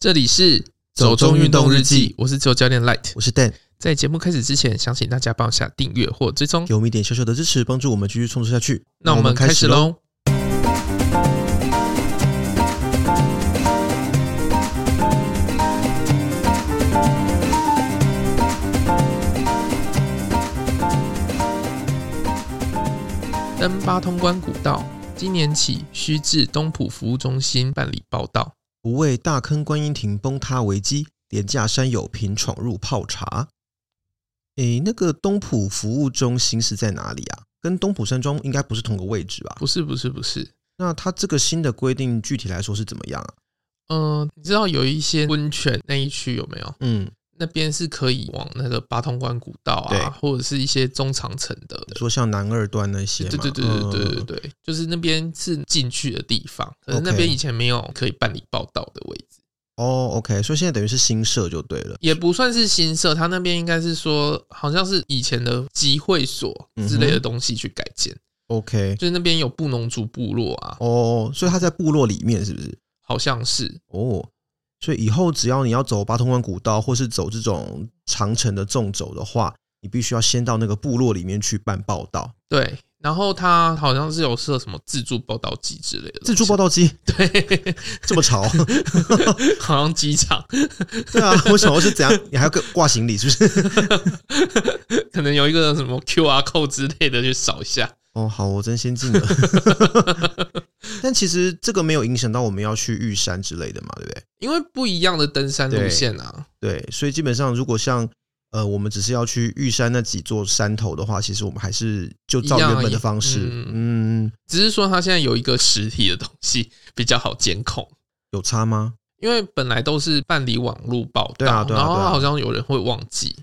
这里是走中运动日记，我是自由教练 Light。我是 Dan，在节目开始之前，想请大家帮我下订阅或追踪给。我们一点小小的支持，帮助我们继续创作下去。那我们开始咯。喽。登八通关古道，今年起需至东浦服务中心办理报到。不畏大坑观音亭崩塌危机，廉价山友频闯入泡茶。诶，那个东浦服务中心是在哪里啊？跟东浦山庄应该不是同个位置吧？不是，不是，不是。那它这个新的规定具体来说是怎么样啊？嗯、你知道有一些温泉那一区有没有？嗯，那边是可以往那个八通关古道对啊，或者是一些中长城的。你说像南二段那些对嘛，对对对对对对嗯，对，就是那边是进去的地方，可是那 OK 边以前没有可以办理报道的位置，哦，OK，所以现在等于是新社就对了。也不算是新社，他那边应该是说好像是以前的集会所嗯之类的东西去改建， OK，就是那边有布农族部落啊，哦，所以它在部落里面是不是？好像是哦，所以以后只要你要走八通关古道，或是走这种长城的纵走的话，你必须要先到那个部落里面去办报道，对。然后他好像是有设什么自助报道机之类的东西，自助报道机对，这么 潮，啊好像机场 对啊，我想我是怎样，你还要个挂行李是不是？ 可能有一个什么 QR code 之类的去扫一下，哦，好，我真先进了。 但其实这个没有影响到我们要去玉山之类的嘛，对不对？因为不一样的登山路对线啊，对，所以基本上如果像呃，我们只是要去玉山那几座山头的话，其实我们还是就照一样啊原本的一方式，嗯，只是说它现在有一个实体的东西比较好监控，有差吗？因为本来都是办理网络报道，对啊对啊然后对啊好像有人会忘记，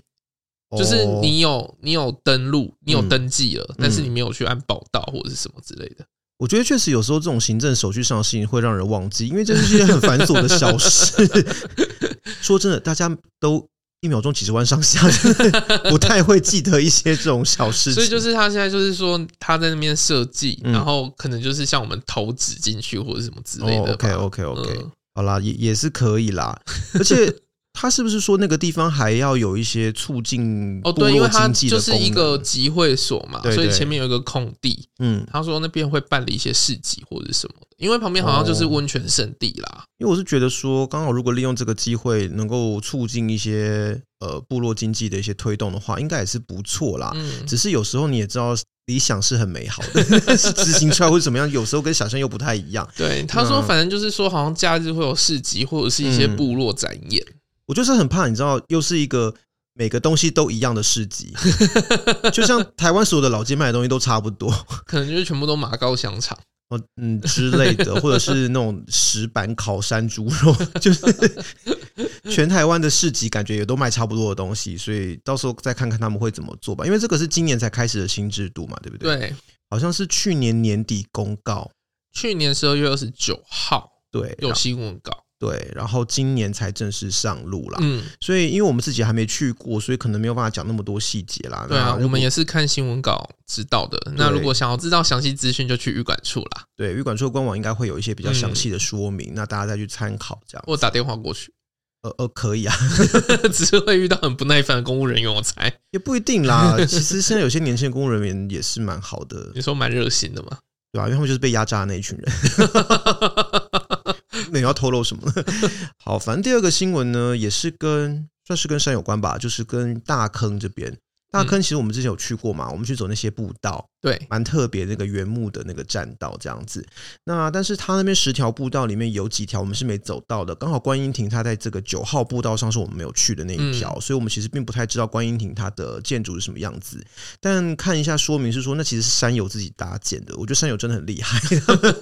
就是哦你有你有登录，你有嗯登记了，但是你没有去按报道或者是什么之类的。我觉得确实有时候这种行政手续上的事情会让人忘记，因为这是一些很繁琐的小事。 说真的，大家都一秒钟几十万上下， 真的不太会记得一些这种小事情。所以就是他现在就是说他在那边设计，嗯然后可能就是像我们投掷进去或者什么之类哦的吧。 ，OK OK OK，、嗯好啦，也也是可以啦。而且他是不是说那个地方还要有一些促进哦，部对，因为落它经济的就功是能？一个集会所嘛，对所以对前面有一个空地，嗯，他说那边会办理一些市集或者什么的，因为旁边好像就是哦温泉圣地啦。因为我是觉得说，刚好如果利用这个机会能够促进一些呃部落经济的一些推动的话，应该也是不错啦。嗯，只是有时候你也知道，理想是很美好的， 但是执行出来会怎么样，有时候跟想象又不太一样。对，他说那反正就是说，好像假日会有市集或者是一些嗯部落展演，我就是很怕，你知道，又是一个每个东西都一样的 市集，就像台湾所有的老街卖的东西都差不多， 可能就是全部都马高香肠。哦嗯之类的，或者是那种石板烤山猪肉， 就是全台湾的市集感觉也都卖差不多的东西，所以到时候再看看他们会怎么做吧。因为这个是今年才开始的新制度嘛，对不对？对，对，好像是去年年底公告，去年十二月二十九号对，啊有新闻稿，对，然后今年才正式上路啦。嗯，所以，因为我们自己还没去过，所以可能没有办法讲那么多细节啦。对啊，那如我们果嗯也是看新闻稿知道的。那如果想要知道详细资讯，就去旅馆处啦，对旅馆处的官网应该会有一些比较详细的说嗯明，那大家再去参考这样。或打电话过去， 呃呃，可以啊， 只是会遇到很不耐烦的公务人员，我猜。也不一 定啦。其实现在有些年轻的公务人员也是蛮好的，你说蛮热心的嘛？对啊吧、因为他们就是被压榨的那一群 人。那你要透露什么呢？ 好，反正第二个新闻呢，也是跟算是跟山有关吧，就是跟大坑这边。大嗯坑其实我们之前有去过嘛，我们去走那些步道，对，蛮特别那个原木的那个栈道这样子。那但是它那边十条步道里面有几条我们是没走到的，刚好观音亭它在这个九号步道上是我们没有去的那一嗯条，所以我们其实并不太知道观音亭它的建筑是什么样子。但看一下说明是说，那其实是山友自己搭建的。我觉得山友真的很厉 害，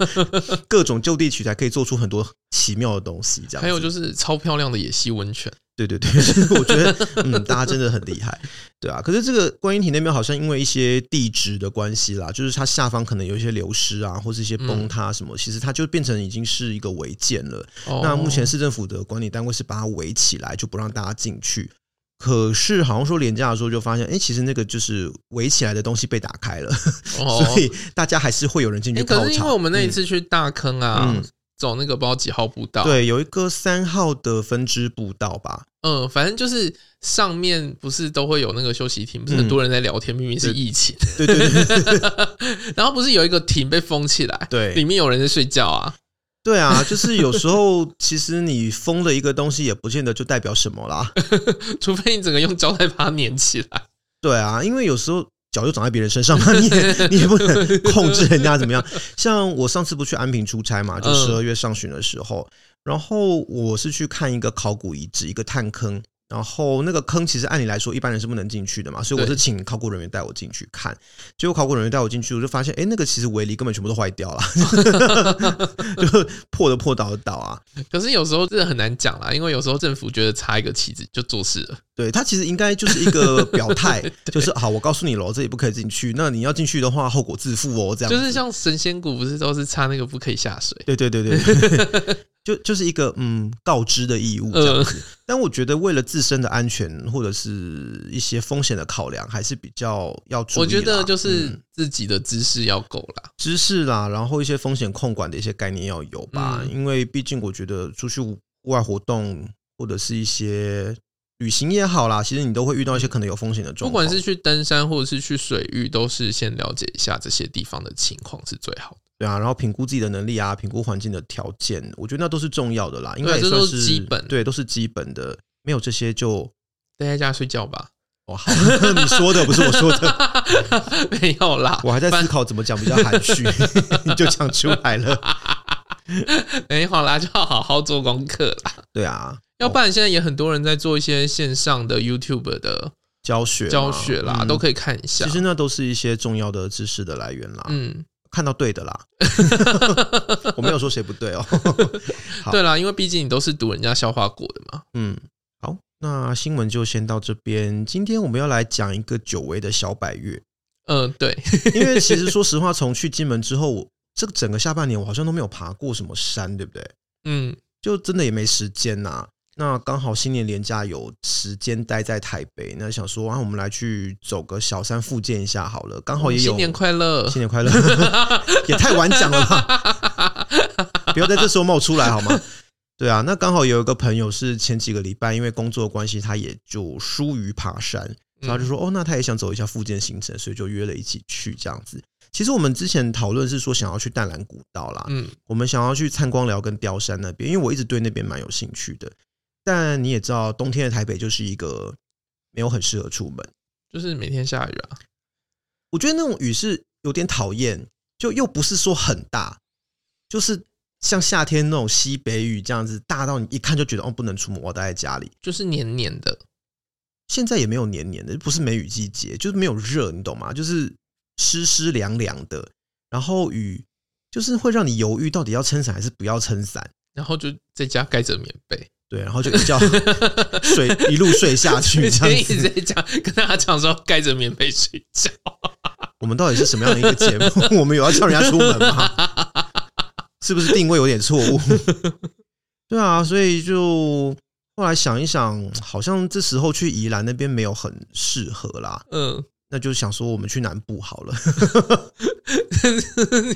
各种就地取材可以做出很多奇妙的东西。这样子，还有就是超漂亮的野溪温泉，对对 对，所以我觉得嗯，大家真的很厉害，对啊。可是这个观音亭那边好像因为一些地质的关系啦，就是它下方可能有一些流失啊，或是一些嗯崩塌什么，其实它就变成已经是一个违建了。哦那目前市政府的管理单位是把它围起来，就不让大家进去。可是好像说廉价的时候就发现，哎、其实那个就是围起来的东西被打开了，哦 所以大家还是会有人进欸去泡可茶。是因为我们那一嗯次去大坑啊，嗯走那个不知道几号步道，，对，有一个三号的分支步道吧，嗯，反正就是上面不是都会有那个休息亭，不是很多人在聊天，明明是疫情，嗯对对对 然后不是有一个亭被封起来，对里面有人在睡觉啊，对啊，就是有时候其实你封了一个东西，也不见得就代表什么啦。除非你整个用胶带把它粘起来，对啊，因为有时候脚就长在别人身上嘛，你也你也 不能控制人家怎么样。像我上次不去安平出差嘛，就嗯十二月上旬的时候，然后我是去看一个考古遗址，一个探坑。然后那个坑其实按理来说一般人是不能进去的嘛，所以我对是请考古人员带我进去看。结果考古人员带我进去，我就发现，哎，那个其实围篱根本全部都坏掉了， 就破的破，倒的倒啊。可是有时候真的很难讲啦，因为有时候政府觉得插一个旗子就做事了，对他其实应该就是一 个表态，就是好，我告诉你喽，这里不可以进去。那你要进去的话，后果自负哦，这样子就是像神仙谷不是都是插那个不可以下水，对对对对对， 就就是一个嗯告知的义务这样嗯子。但我觉得为了自身的安全或者是一些风险的考量，还是比较要注意啦。我觉得就是嗯自己的知识要够啦，知识啦，然后一些风险控管的一些概念要有吧，嗯因为毕竟我觉得出去户外活动或者是一些。旅行也好啦，其实你都会遇到一些可能有风险的状嗯不况。管是去登山或者是去水域，都是先了解一下这些地方的情况是最好的。对啊，然后评估自己的能力啊，评估环境的条件，我觉得那都是重要的啦，应该也啊这算都是是基本对，都是基本的，没有这些就待在家睡觉吧， 哦，好，你说的不是我说的，没有啦，我还在反思考怎么讲比较含 蓄，你就讲出来了。没有啦，就要好好做功课啦。对啊，要不然现在也很多人在做一些线上的 YouTube 的教学嘛教学啦，嗯都可以看一下其。实那都是一些重要的知识的来源啦，嗯，看到对的 啦，我没有说谁不对哦。 好对啦，因为毕竟你都是读人家消化过的嘛。嗯，好，那新闻就先到这边。今天我们要来讲一个久违的小百月，嗯，对，因为其实说实话，从去金门之后，我这个整个下半年我好像都没有爬过什么山，对不对？嗯，就真的也没时间呐、那刚好新年连假有时间待在台北，那想说啊，我们来去走个小山复健一下好了。刚好也有嗯新年快乐新，年快乐， 也太晚讲了吧？不要在这时候冒出来好吗？对啊，那刚好有一个朋友是前几个礼拜因为工作的关系，他也就疏于爬山，所以他就说、哦，那他也想走一下复健行程，所以就约了一起去这样子。其实我们之前讨论是说想要去淡蓝古道啦，嗯，我们想要去灿光寮跟雕山那边，因为我一直对那边蛮有兴趣的。但你也知道，冬天的台北就是一个没有很适合出门。就是每天下雨啊。我觉得那种雨是有点讨厌，就又不是说很大，就是像夏天那种西北雨这样子，大到你一看就觉得哦，不能出门，我要待在家里。就是黏黏的，现在也没有黏黏的，不是梅雨季节，就是没有热，你懂吗？就是湿湿凉凉的，然后雨就是会让你犹豫到底要撑伞还是不要撑伞。然后就在家盖着棉被。 对，然后就一觉 睡一路睡下去这 所以样一直在子。讲，跟大家讲说盖着棉被睡觉。我们到底是什么样的一个节目？我们有要叫人家出门吗？ 是不是定位有点错误？对啊，所以就后来想一想，好像这时候去宜兰那边没有很适合啦，嗯， 那就想说我们去南部好了。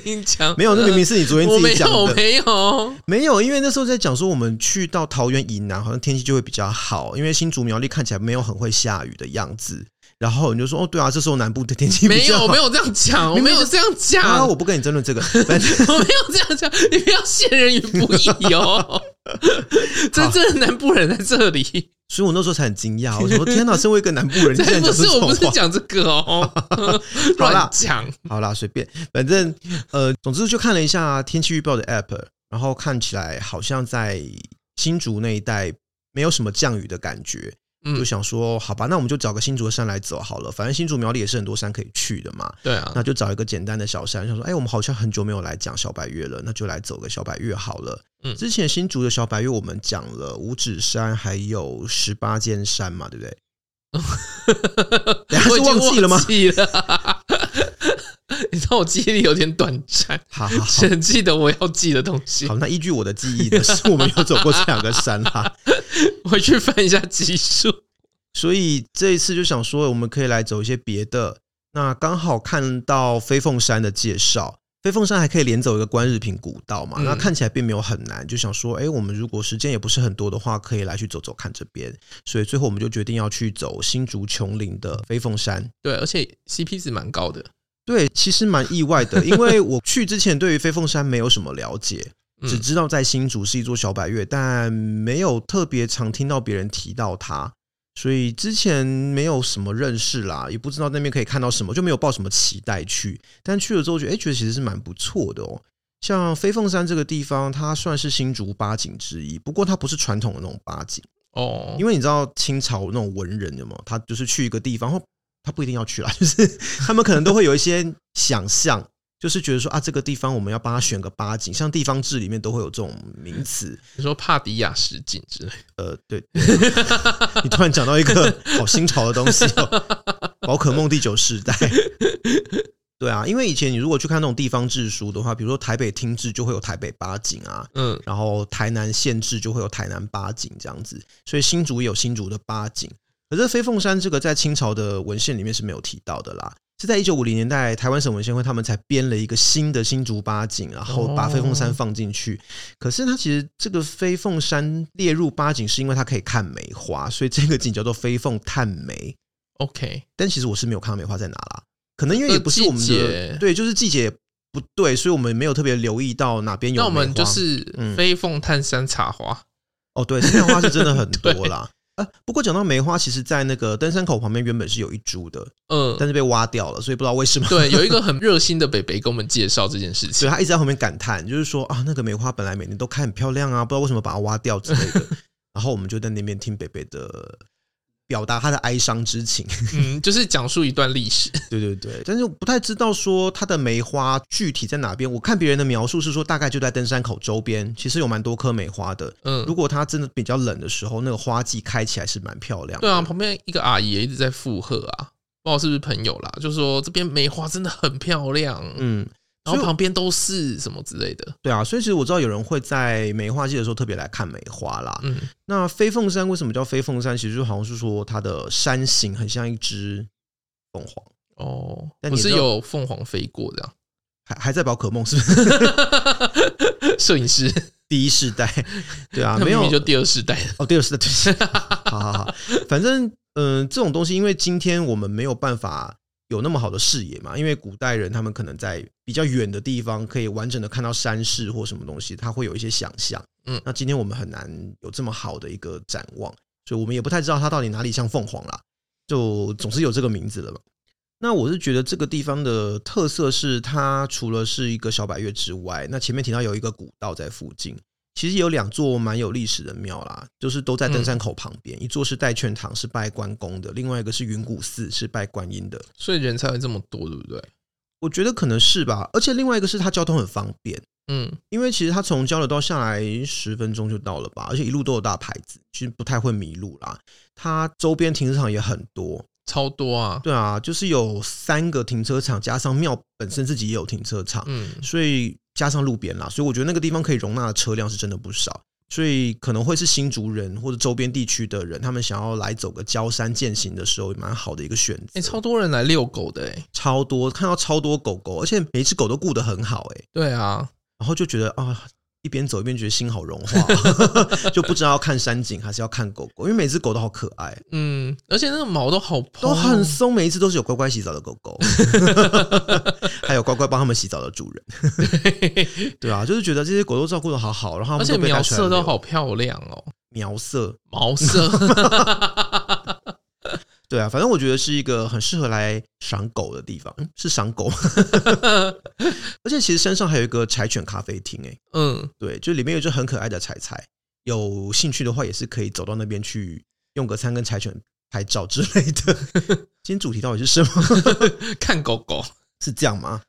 你讲嗯没有，那明明是你昨天我 自没己讲有，我的。没有。没有，因为那时候在讲说，我们去到桃园以南，好像天气就会比较好，因为新竹苗栗看起来没有很会下雨的样子。然后你就说，哦，对啊，这时候南部的天气比没较有，好。我没有这样讲，我明没明有就这样 啊，讲，我不跟你争论这个，反正 我没有这样讲，你不要陷人于不义 哦。真正的南部人在这里，所以我那时候才很惊 讶，我想说天哪，身为一个南部人，你竟才然不讲是这我种不是话。讲这个哦，乱讲。 好啦，随便，反正呃，总之就看了一下天气预报的 app，然后看起来好像在新竹那一带没有什么降雨的感觉，嗯就想说好吧，那我们就找个新竹的山来走好了，反正新竹苗栗也是很多山可以去的嘛，对 啊，那就找一个简单的小山，想说，哎、我们好像很久没有来讲小百月了，那就来走个小百月好了。嗯之前新竹的小百月我们讲了五指山，还有十八间山嘛，对不对？等下我是已经忘记了吗？记了 你知道我记忆力有点短暂，好好好只。能记得我要记的东西好，。那依据我的记忆呢，是我们有走过这两个山啦， 回去翻一下集数。所以这一次就想说，我们可以来走一些别的。那刚好看到飞凤山的介绍，飞凤山还可以连走一个观日平古道嘛，那看起来并没有很难，就想说，哎，我们如果时间也不是很多的话，可以来去走走看这边。所以最后我们就决定要去走新竹琼林的飞凤山。对，而且 CP 值蛮高的。对，其实蛮意外的，因为我去之前对于飞凤山没有什么了解。嗯只知道在新竹是一座小百月，但没有特别常听到别人提到它，所以之前没有什么认识啦，也不知道那边可以看到什么，就没有抱什么期待去。但去了之后觉得，哎、欸，觉得其实是蛮不错的哦。像飞凤山这个地方，它算是新竹八景之一，不过它不是传统的那种八景哦，因为你知道清朝那种文人有没有？他就是去一个地方，他不一定要去啦， 就是他们可能都会有一些想象。就是觉得说啊，这个地方我们要帮他选个八景，像地方志里面都会有这种名词，你说帕迪亚十景之类。呃，对，对你突然讲到一个好新潮的东西哦， 宝可梦第九世代。对啊，因为以前你如果去看那种地方志书的话，比如说台北厅志就会有台北八景啊，嗯，然后台南县志就会有台南八景这样子，所以新竹也有新竹的八景。可是飞凤山这个在清朝的文献里面是没有提到的啦。是在一九五零年代，台湾省文献会他们才编了一个新的新竹八景，然后把飞凤山放进去。哦、可是它其实这个飞凤山列入八景，是因为它可以看梅花，所以这个景叫做飞凤探梅。 OK，但其实我是没有看到梅花在哪啦，可能因为也不是我们呃的对，就是季节不对，所以我们没有特别留意到哪边有。那我们就是飞凤探山茶花、嗯。哦，对，山花是真的很多 啦。啊，不过讲到梅花，其实，在那个登山口旁边原本是有一株的，嗯，但是被挖掉了，所以不知道为什么。 对，有一个很热心的北北跟我们介绍这件事情，对啊他一直在后面感叹，就是说啊，那个梅花本来每年都开很漂亮啊，不知道为什么把它挖掉之类 的。然后我们就在那边听北北的表达他的哀伤之 情，嗯，就是讲述一段历史。对对对，但是我不太知道说它的梅花具体在哪边。我看别人的描述是说，大概就在登山口周边，其实有蛮多棵梅花的。嗯，如果它真的比较冷的时候，那个花季开起来是蛮漂亮的。对啊，旁边一个阿姨也一直在附和啊，不知道是不是朋友啦，就说这边梅花真的很漂亮。嗯，然后旁边都是什么之类的。对啊，所以其实我知道有人会在梅花季的时候特别来看梅花啦。嗯，那飞凤山为什么叫飞凤山？其实就好像是说它的山形很像一只凤凰。哦，但不你是知道有凤凰飞过这样，还还在宝可梦是不是 摄影师第一世代？对啊，那没明有明就第二世代的，哦，第二世代，对不起，好好好，反正嗯、呃这种东西，因为今天我们没有办法有那么好的视野嘛，因为古代人他们可能在比较远的地方可以完整的看到山势或什么东西，他会有一些想象。嗯那今天我们很难有这么好的一个展望，所以我们也不太知道它到底哪里像凤凰啦，就总是有这个名字了吧。那我是觉得这个地方的特色是，它除了是一个小百越之外，那前面提到有一个古道在附近，其实有两座蛮有历史的庙啦，就是都在登山口旁边，一座是戴劝堂，是拜关公的；，另外一个是云谷寺，是拜观音的。所以人才会这么多，对不对？我觉得可能是吧，而且另外一个是它交通很方便，嗯，因为其实它从交流道下来十分钟就到了吧，而且一路都有大牌子，其实不太会迷路啦。它周边停车场也很多，超多啊，对啊，就是有三个停车场，加上庙本身自己也有停车场，嗯，所以加上路边啦，所以我觉得那个地方可以容纳的车辆是真的不少。所以可能会是新竹人或者周边地区的人，他们想要来走个郊山践行的时候，也蛮好的一个选择。哎、超多人来遛狗的、哎，超多看到超多狗狗，而且每一只狗都顾得很好、欸，对啊，然后就觉得啊，一边走一边觉得心好融化哦， 就不知道要看山景还是要看狗狗，因为每只狗都好可爱，嗯，而且那个毛都好蓬都哦，很松，每一只都是有乖乖洗澡的狗 狗，还有乖乖帮他们洗澡的主人，对啊，就是觉得这些狗都照顾的好好，然后它而们且都被带描出来色都遛好漂亮哦，描色，毛色，对啊，反正我觉得是一个很适合来赏狗的地方，嗯是赏狗， 而且其实山上还有一个柴犬咖啡厅、欸，哎， 嗯， 对，就里面有一只很可爱的柴柴，有兴趣的话也是可以走到那边去用个餐跟柴犬拍照之类的。今天主题到底是什么？ 看狗狗，是这样吗？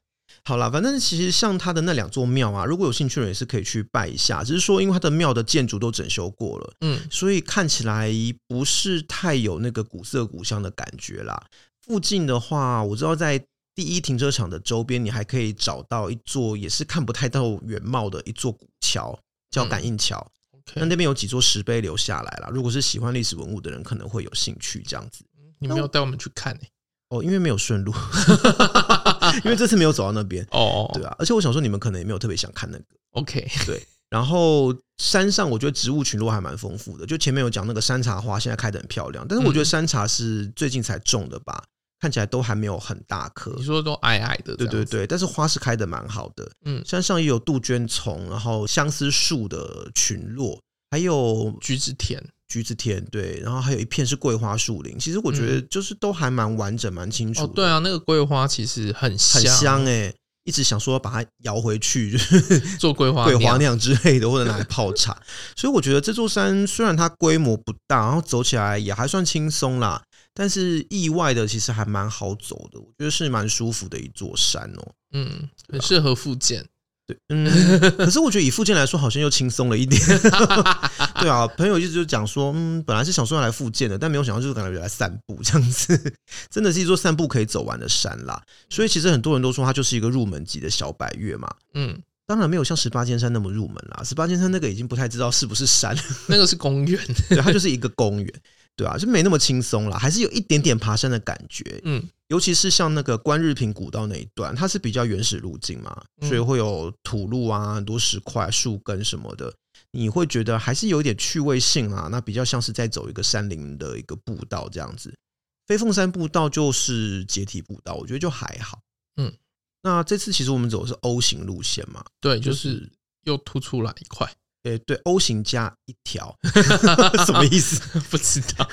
好啦，反正其实像它的那两座庙啊，如果有兴趣的人也是可以去拜一下。只是说，因为它的庙的建筑都整修过了，嗯，所以看起来不是太有那个古色古香的感觉啦。附近的话，我知道在第一停车场的周边，你还可以找到一座也是看不太到原貌的一座古桥，叫感应桥。那 OK，那边有几座石碑留下来啦，如果是喜欢历史文物的人，可能会有兴趣这样子。你没有带我们去看、欸，哦，因为没有顺路， 因为这次没有走到那边，哦，对啊。而且我想说，你们可能也没有特别想看那个。 ，OK，然后山上，我觉得植物群落还蛮丰富的。就前面有讲那个山茶花，现在开得很漂亮，但是我觉得嗯山茶是最近才种的吧，看起来都还没有很大棵。你说都矮矮的，啊对对，对，但是花是开的蛮好的。嗯山上也有杜鹃丛，然后相思树的群落，还有橘子甜，橘子田，对，然后还有一片是桂花树林。其实我觉得就是都还蛮完整、蛮清楚嗯哦的，，对啊，那个桂花其实很很香，啊香哎、一直想说把它摇回去， 就是做桂花桂花酿酿之类的，或者拿来泡茶。所以我觉得这座山虽然它规模不大，然后走起来也还算轻松啦，但是意外的其实还蛮好走的，我觉得是蛮舒服的一座山哦、嗯，很适合复健，嗯，可是我觉得以附近来说，好像又轻松了一点。对啊，朋友一直就讲说，嗯，本来是想说要来附近的，但没有想到就是感觉来散步这样子，真的是一座散步可以走完的山啦。所以其实很多人都说它就是一个入门级的小百岳嘛。嗯，当然没有像十八尖山那么入门啦，十八尖山那个已经不太知道是不是山， 那个是公园， 对，它就是一个公园，对啊，就没那么轻松啦，还是有一点点爬山的感觉，嗯尤其是像那个观日平古道那一段，它是比较原始路径嘛，嗯所以会有土路啊、很多石块、树根什么的，你会觉得还是有一点趣味性啊。那比较像是在走一个山林的一个步道这样子。飞凤山步道就是阶梯步道，我觉得就还好。嗯，那这次其实我们走的是 O 型路线嘛，对，就就是是又凸出来一块， 诶、对，O 型加一条， 什么意思？ 不知道，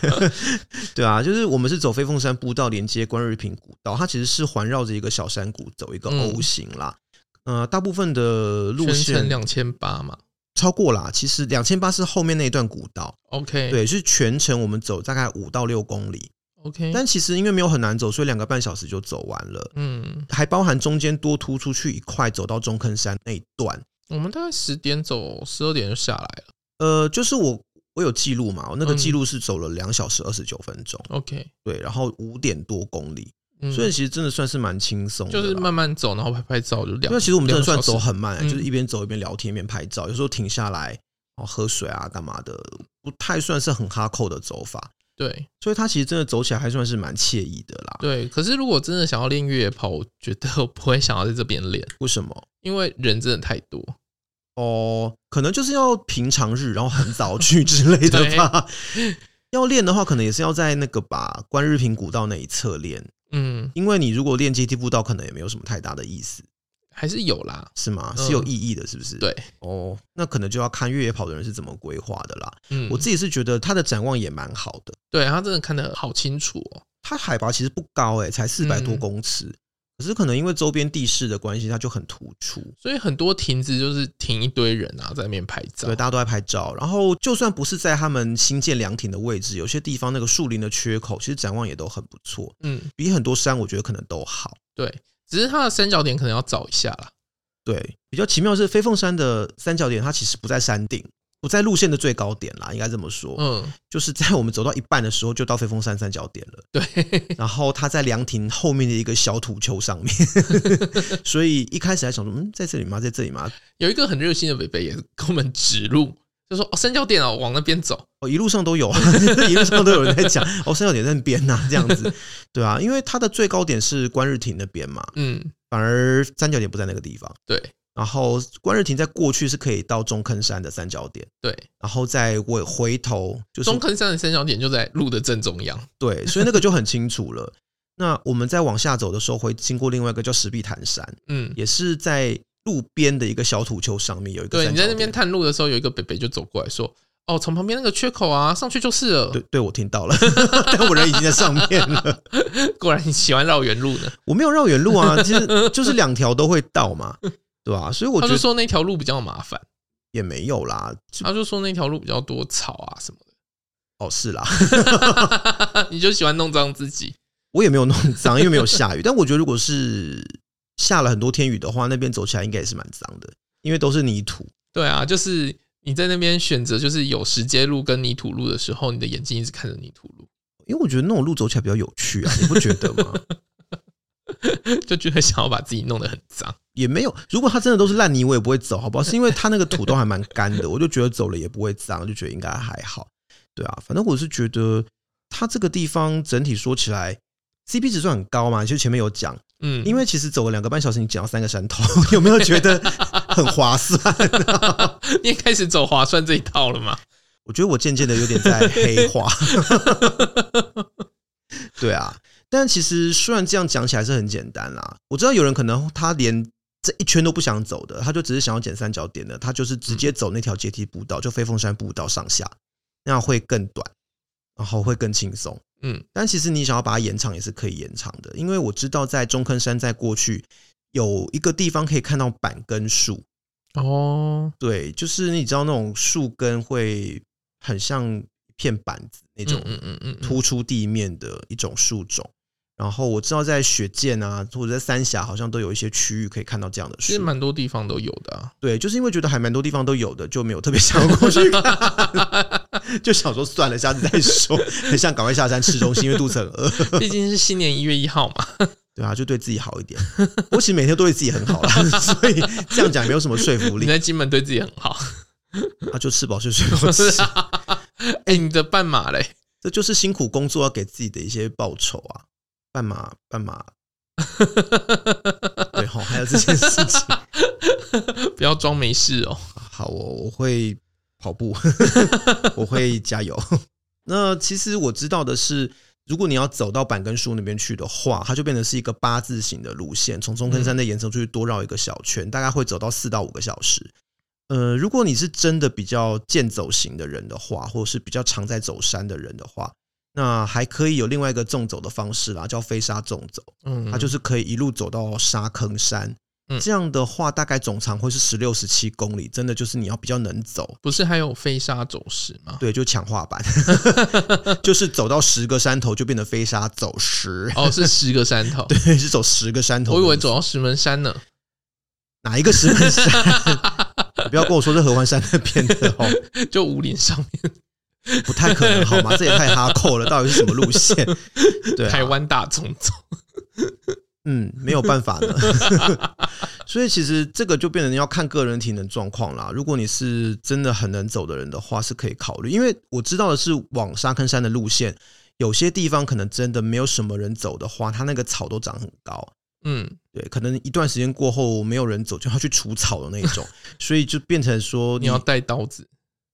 对啊，就是我们是走飞凤山步道连接观日平古道，它其实是环绕着一个小山谷走一个 O 型啦。呃，大部分的路嗯全程线两千八嘛超过啦，其实两千八是后面那一段古道， ，OK，对，是全程我们走大概五到六公里， ，OK，但其实因为没有很难走，所以两个半小时就走完了，嗯，还包含中间多突出去一块走到中坑山那一段。我们大概十点走，十二点就下来了呃，就是我我有记录嘛，我那个嗯记录是走了两小时二十九分钟， ，OK，对，然后五点多公里，嗯，所以其实真的算是蛮轻松的就啦，是慢慢走，然后拍拍照就两，因为其实我们真的算走两个小时很慢、欸嗯就是一边走一边聊天，一边拍照，有时候停下来然后喝水啊干嘛的，不太算是很哈扣的走法。对所以它其实真的走起来还算是蛮惬意的啦。对。可是如果真的想要练越野跑，我觉得我不会想要在这边练，为什么？因为人真的太多。哦，可能就是要平常日，然后很早去 之类的吧。要练的话，可能也是要在那个吧观日平古道那一侧练，嗯，因为你如果练阶梯步道，可能也没有什么太大的意思，还是有啦。是吗？嗯是有意义的，是不是？对，哦，那可能就要看越野跑的人是怎么规划的啦。嗯，我自己是觉得它的展望也蛮好的，对他真的看得好清楚哦。它海拔其实不高哎、才四百多嗯公尺，可是可能因为周边地势的关系，它就很突出。所以很多亭子就是停一堆人啊，在那边拍照对，。大家都在拍照。然后，就算不是在他们新建凉亭的位置，有些地方那个树林的缺口，其实展望也都很不错，嗯，比很多山我觉得可能都好。对，只是它的三角点可能要找一下啦。对，比较奇妙的是飞凤山的三角点，它其实不在山顶，不在路线的最高点啦，应该这么说。嗯，就是在我们走到一半的时候，就到飞凤山三角点了。对， 然后它在凉亭后面的一个小土丘上面， 所以一开始还想说，嗯，在这里吗？在这里吗？有一个很热心的北北也给我们指路，就说哦，三角点哦，往那边走。哦，一路上都有， 一路上都有人在讲，哦，三角点在那边呐、这样子，对啊，因为它的最高点是观日亭那边嘛，嗯，反而三角点不在那个地方。对然后观日亭在过去是可以到中坑山的三角点，对，然后再回回头就是中坑山的三角点就在路的正中央。对，所以那个就很清楚了。那我们再往下走的时候，会经过另外一个叫石壁潭山，嗯，也是在路边的一个小土丘上面有一个对，三你角在点。那边探路的时候，有一个北北就走过来说：“哦，从旁边那个缺口啊，上去就是了对。对，我听到了， 但我人已经在上面了。” 果然你喜欢绕远路呢。我没有绕远路 啊，其实就是两条都会到嘛，对吧、所以我他觉得就说那条路比较麻烦，也没有啦，就他就说那条路比较多草啊什么哦是啦， 的， 你就喜欢弄脏自己。我也没有弄脏，因为没有下雨。但我觉得如果是下了很多天雨的话，那边走起来应该也是蛮脏的，因为都是泥土。对啊，就是你在那边选择就是有石阶路跟泥土路的时候，你的眼睛一直看着泥土路，因为我觉得那种路走起来比较有趣啊，你不觉得吗？就觉得想要把自己弄得很脏。也没有，如果它真的都是烂泥，我也不会走，好不好？是因为它那个土都还蛮干的，我就觉得走了也不会脏，就觉得应该还好。对啊，反正我是觉得它这个地方整体说起来，CP 值算很高嘛，其实前面有讲，嗯，因为其实走了两个半小时，你捡到三个山头， 有没有觉得很划算？ 你也开始走划算这一套了嘛？我觉得我渐渐的有点在黑化。对啊，但其实虽然这样讲起来是很简单啦，我知道有人可能他连这一圈都不想走的，他就只是想要捡三角点的，他就是直接走那条阶梯步道，就飞凤山步道上下，那样会更短，然后会更轻松。嗯，但其实你想要把它延长也是可以延长的，因为我知道在中坑山在过去有一个地方可以看到板根树，哦，对，就是你知道那种树根会很像一片板子那种嗯嗯嗯，突出地面的一种树种。然后我知道在雪见啊，或者在三峡，好像都有一些区域可以看到这样的其实树。蛮多地方都有的、啊。对，就是因为觉得还蛮多地方都有的，就没有特别想要过去看， 就想说算了，下次再说。很想赶快下山吃东西，因为肚子很 饿。毕竟是新年一月一号 嘛，对啊，就对自己好一点。我其实每天都对自己很好啦， 所以这样讲也没有什么说服你 力。在金门对自己很 好。啊，就吃饱睡睡好吃。哎、你的半马嘞？ 这就是辛苦工作要给自己的一些报酬啊，半马半马，对吼，还有这件事情， 不要装没事哦。好、哦，我会跑步， 我会加油。 那其实我知道的是，如果你要走到板根树那边去的话，它就变成是一个八字形的路线，从中坑山再延伸出去多绕一个小圈，大概会走到四到五个小时。呃，如果你是真的比较健走型的人的话，或者是比较常在走山的人的话，那还可以有另外一个纵走的方式啦，叫飞沙纵走。嗯，它就是可以一路走到沙坑山。嗯这样的话，大概总长会是十六、十七公里，真的就是你要比较能走，不是还有飞沙走石吗？对，就强化版， 就是走到十个山头就变得飞沙走石，哦，是十个山 头。 对，是走十个山头。我以为走到石门山呢。哪一个石门山？ 你不要跟我说是合欢山那边的哦，就五林上面，不太可能好吗？这也太哈扣了，到底是什么路线？ 对、啊，台湾大总走。嗯，没有办法呢。 所以其实这个就变成要看个人体能状况啦。如果你是真的很能走的人的话，是可以考虑。因为我知道的是，往沙坑山的路线，有些地方可能真的没有什么人走的话，它那个草都长很高。嗯，对，可能一段时间过后没有人走，就要去除草的那一种，所以就变成说 你你要带刀子。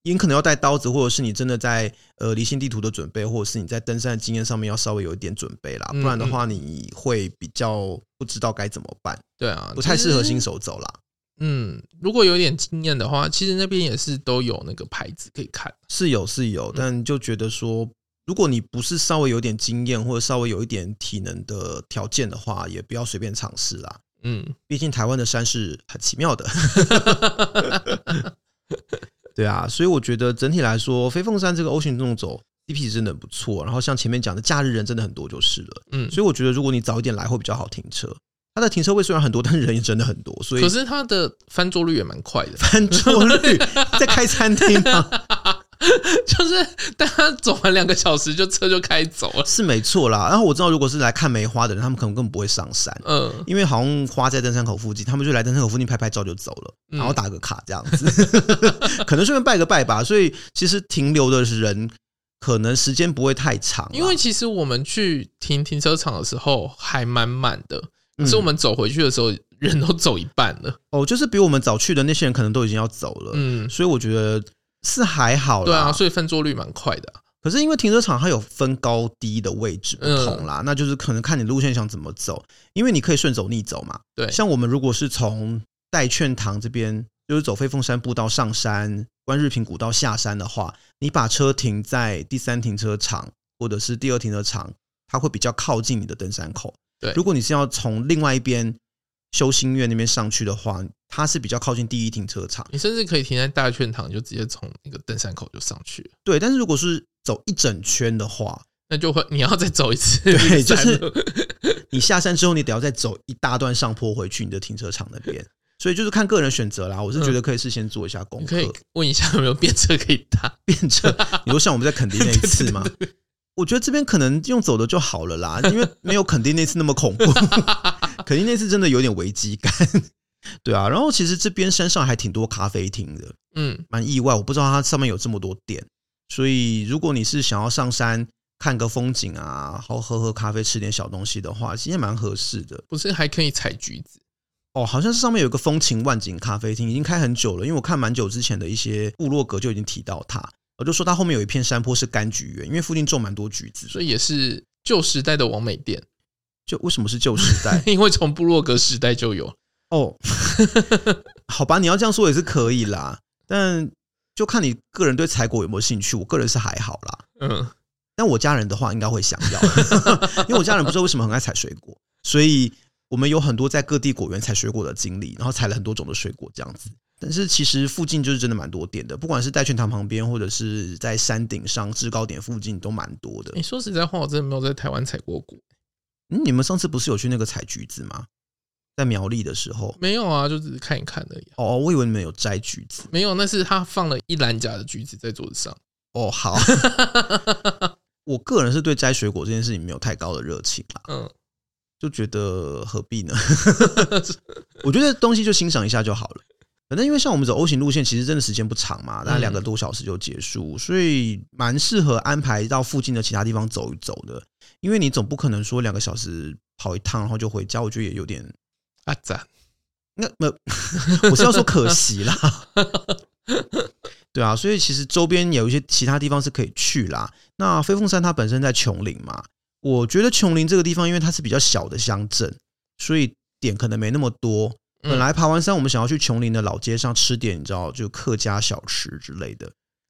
你可能要带刀子，或者是你真的在呃离心地图的准备，或者是你在登山的经验上面要稍微有一点准备啦，嗯不然的话你会比较不知道该怎么办，对啊，不太适合新手。手走啦。嗯，如果有点经验的话，其实那边也是都有那个牌子可以看。是有是嗯有，但就觉得说，如果你不是稍微有点经验或者稍微有一点体能的条件的话，也不要随便尝试啦。嗯，毕竟台湾的山是很奇妙的。 对啊，所以我觉得整体来说，飞凤山这个 O 型运动走 CP 值真的很不错。然后像前面讲的，假日人真的很多就是了。嗯所以我觉得如果你早一点来会比较好停车。它的停车位虽然很多，但是人也真的很多，所以可是它的翻桌率也蛮快的， 翻桌率在开餐厅啊吗？就是大家走完两个小时就车就开走了。是没错啦。然后我知道，如果是来看梅花的人，他们可能根本不会上山。嗯，因为好像花在登山口附近，他们就来登山口附近拍拍照就走了，嗯然后打个卡这样子， 可能顺便拜个拜吧。所以其实停留的人可能时间不会太长啦，因为其实我们去停停车场的时候还蛮满的，可是嗯我们走回去的时候人都走一半了。哦，就是比我们早去的那些人可能都已经要走了，嗯，所以我觉得是还好啦。对啊，所以翻桌率蛮快的啊。可是因为停车场它有分高低的位置不同嗯啦，那就是可能看你路线想怎么走，因为你可以顺走逆走嘛。对像我们如果是从戴劝堂这边，就是走飞凤山步道上山，观日平古道下山的话，你把车停在第三停车场或者是第二停车场，它会比较靠近你的登山口。对如果你是要从另外一边修心院那边上去的话，它是比较靠近第一停车场。你甚至可以停在大劝堂，就直接从那个登山口就上去了，对，但是如果是走一整圈的话，那就会你要再走一次对就山是路。你下山之后，你得要再走一大段上坡回去你的停车场那边，所以就是看个人选择啦。我是觉得可以事先做一下功嗯你课可，以问一下有没有便车可以搭？变成你说像我们在垦丁那一次吗？我觉得这边可能用走的就好了啦，因为没有垦丁那次那么恐 怖，垦丁那次真的有点危机感。对啊，然后其实这边山上还挺多咖啡厅的，嗯蛮意外，我不知道它上面有这么多店。所以如果你是想要上山看个风景啊，然后喝喝咖啡，吃点小东西的话，其实也蛮合适的。不是还可以采橘子？哦，好像是上面有一个风情万景咖啡厅，已经开很久了，因为我看蛮久之前的一些部落格就已经提到它。我就说它后面有一片山坡是柑橘园，因为附近种蛮多橘子，所以也是旧时代的王美店，？就为什么是旧时代因为从部落格时代就有。哦，好吧，你要这样说也是可以啦，但就看你个人对采果有没有兴趣。我个人是还好啦，嗯，但我家人的话应该会想要， 因为我家人不知道为什么很爱采水果，所以我们有很多在各地果园采水果的经历，然后采了很多种的水果这样子。但是其实附近就是真的蛮多店的，不管是戴圈堂旁边，或者是在山顶上制高点附近，都蛮多的你、。说实在话，我真的没有在台湾采过果，嗯，你们上次不是有去那个采橘子吗？在苗栗的时候，没有啊，就只是看一看而已。啊哦，我以为你们有摘橘子。没有，那是他放了一篮架的橘子在桌子上。哦，好。 我个人是对摘水果这件事情没有太高的热情啦，嗯，就觉得何必呢？ 我觉得东西就欣赏一下就好了。反正因为像我们走 O 型路线，其实真的时间不长嘛，大嗯概两个多小时就结束，所以蛮适合安排到附近的其他地方走一走的。因为你总不可能说两个小时跑一趟然后就回家，我觉得也有点啊赞，那那我是要说可惜啦，对啊，所以其实周边有一些其他地方是可以去啦。那飞凤山它本身在琼林嘛，我觉得琼林这个地方，因为它是比较小的乡镇，所以点可能没那么多。嗯本来爬完山，我们想要去琼林的老街上吃点，你知道，就客家小吃之类的，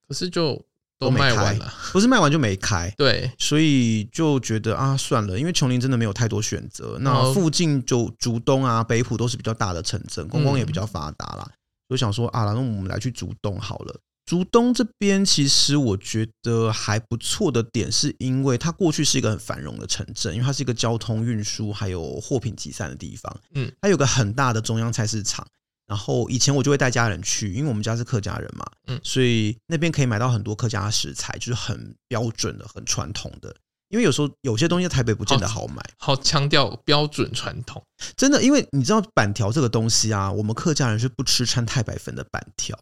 可是就都都没卖开完了。不是卖完就没开，对，所以就觉得啊，算了，因为琼林真的没有太多选择。那哦附近就竹东啊、北浦都是比较大的城镇，观光也比较发达啦。就想说啊，那我们来去竹东好了。竹东这边其实我觉得还不错的点，是因为它过去是一个很繁荣的城镇，因为它是一个交通运输还有货品集散的地方。嗯，它有个很大的中央菜市场。然后以前我就会带家人去，因为我们家是客家人嘛，嗯所以那边可以买到很多客家食材，就是很标准的、很传统的。因为有时候有些东西在台北不见得好买，好强调标准传 统。真的，因为你知道板条这个东西啊，我们客家人是不吃掺太白粉的板条，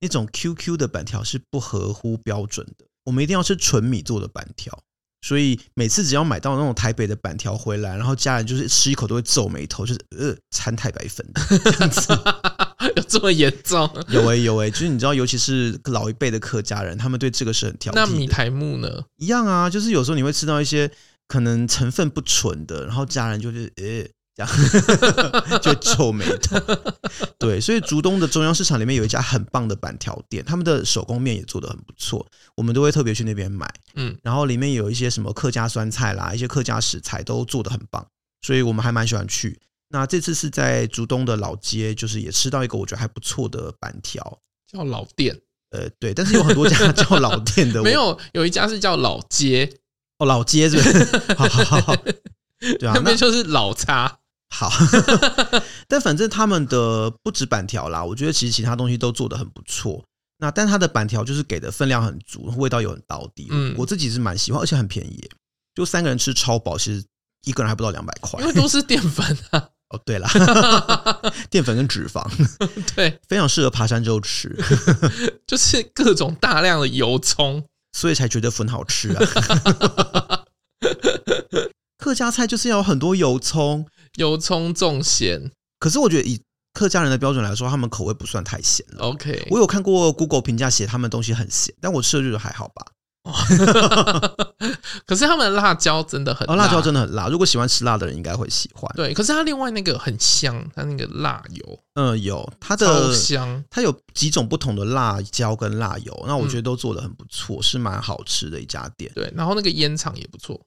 那种 QQ 的板条是不合乎标准的，我们一定要吃纯米做的板条。所以每次只要买到那种台北的板条回来，然后家人就是吃一口都会皱眉头，就是呃掺太白粉的这样子。有这么严重？有诶、有诶、欸就是你知道，尤其是老一辈的客家人，他们对这个是很挑剔的。那米苔木呢？一样啊，就是有时候你会吃到一些可能成分不纯的，然后家人就是诶、呃这样 就皱眉头。对，所以竹东的中央市场里面有一家很棒的板条店，他们的手工面也做得很不错，我们都会特别去那边买。嗯，然后里面有一些什么客家酸菜啦，一些客家食材都做得很棒，所以我们还蛮喜欢去。那这次是在竹东的老街，就是也吃到一个我觉得还不错的板条，叫老店，呃，对，但是有很多 家叫老店的，我没有有一家是叫老街，哦，老街是不 是？好好好好，对那，啊那边就是老茶。好， 但反正他们的不止板条啦，我觉得其实其他东西都做得很不错。那但它的板条就是给的分量很足，味道又很到底，嗯我自己是蛮喜欢，而且很便宜，就三个人吃超饱，其实一个人还不到两百块因。为都是淀粉啊。 哦，对啦， 淀粉跟脂肪对，非常适合爬山之后吃，就是各种大量的油葱。所以才觉得粉好吃啊。 客家菜就是要有很多油葱，油葱重咸可是我觉得以客家人的标准来说，他们口味不算太咸了。 ，OK，我有看过 Google 评价写他们东西很咸，但我吃的就觉得还好吧。 可是他们的辣椒真的很哦，辣椒真的的很辣，如果喜欢吃辣的人应该会喜欢。对，可是它另外那个很香，它那个辣油嗯，有它超的香，它有几种不同的辣椒跟辣油，那我觉得都做的很不错，是蛮好吃的一家店。对，然后那个烟肠也不错，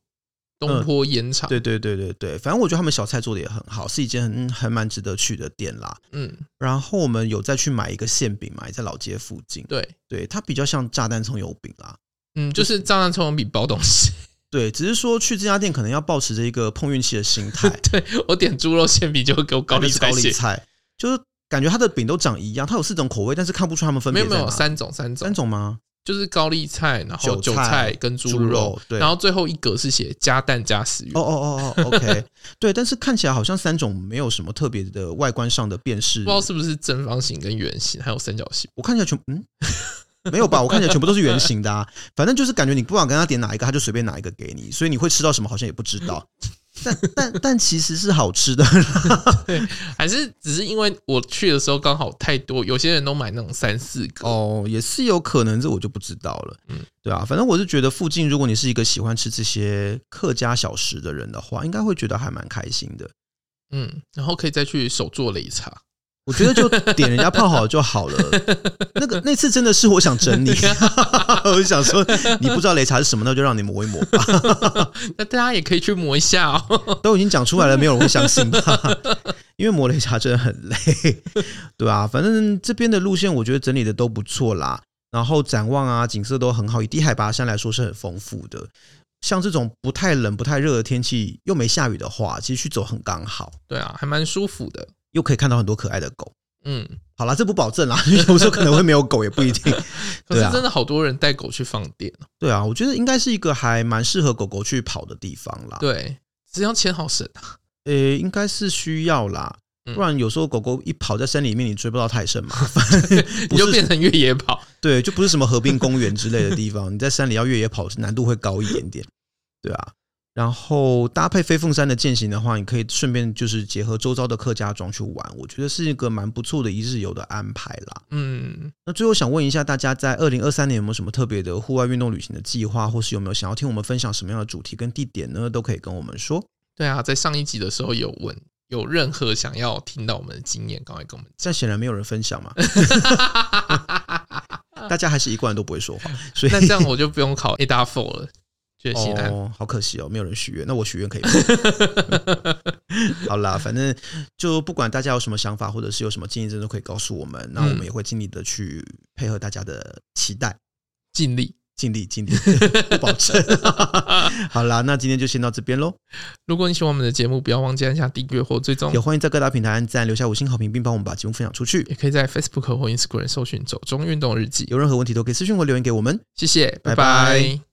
东坡烟肠，嗯对对对对对，反正我觉得他们小菜做的也很好，是一间很还蛮值得去的店啦。嗯，然后我们有再去买一个馅饼嘛，也在老街附近，对，对，它比较像炸弹葱油饼啦。嗯，就是炸弹葱油饼包东西。 对，只是说去这家店可能要保持着一个碰运气的心态， 对我点猪肉馅饼就给我高丽丽高菜丽馅，菜，就是感觉它的饼都长一样，它有四种口味，但是看不出它们分没有别没有在哪三种三种三，种吗？就是高丽菜，然后韭韭菜菜跟猪猪肉对然后最后一格是写加蛋加食哦用，哦哦哦，OK，对，但是看起来好像三种没有什么特别的外观上的辨识 不知。道是不是正方形跟圆形，还有三角形。我看起来全嗯， 没有吧？我看起来全部都是圆形的啊。反正就是感觉你不管跟他点哪一个，他就随便哪一个给你，所以你会吃到什么好像也不知道。但但但其实是好吃的，还是只是因为我去的时候刚好太多，有些人都买那种三四个。 哦，也是有可能，这我就不知道了。嗯嗯，对啊，反正我是觉得附近，如果你是一个喜欢吃这些客家小食的人的话，应该会觉得还蛮开心的。嗯，然后可以再去手做擂茶。我觉得就点人家泡好就好 了。那个那次真的是我想 整你，我就想说你不知道擂茶是什么，那就让你磨一磨吧。那大家也可以去磨一下哦。 都已经讲出来了，没有人会相信吧？因为磨擂茶真的很累，对啊，反正这边的路线我觉得整理的都不错啦，然后展望啊景色都很好，以低海拔山来说是很丰富的。像这种不太冷、不太热的天气，又没下雨的话，其实去走很刚好，对啊，还蛮舒服的。又可以看到很多可爱的狗。嗯，好啦，这不保证啦， 有时候可能会没有狗，也不一定。可是对啊真的好多人带狗去放电哦。对啊，我觉得应该是一个还蛮适合狗狗去跑的地方啦。对，只要钱好省啊。呃、应该是需要啦，嗯不然有时候狗狗一跑在山里面，你追不到 太深嘛。你就变成越野跑。对，就不是什么河滨公园之类的地方，你在山里要越野跑难度会高一点点，对啊。然后搭配飞凤山的践行的话，你可以顺便就是结合周遭的客家庄去玩，我觉得是一个蛮不错的一日游的安排啦。嗯，那最后想问一下大家，在二零二三年有没有什么特别的户外运动旅行的计划，或是有没有想要听我们分享什么样的主题跟地点呢？都可以跟我们说。对啊，在上一集的时候有问，有任何想要听到我们的经验，赶快跟我们但显然没有人分享嘛，大家还是一贯都不会说话，所以那这样我就不用考 A 大 f o 了，觉得心安。哦，好可惜哦，没有人许愿。那我许愿可以吗？好啦，反正就不管大家有什么想法，或者是有什么建议，真的都可以告诉我们。那我们也会尽力的去配合大家的期待，尽力。尽力尽力，不保证。好啦，那今天就先到这边喽。如果你喜欢我们的节目，不要忘记按下订阅或追踪也，欢迎在各大平台按赞、留下五星好评，并帮我们把节目分享出去。也可以在 Facebook 或 Instagram 搜寻“走中运动日记有任何问题都可以私信或留言给我们。”。谢谢，拜拜拜拜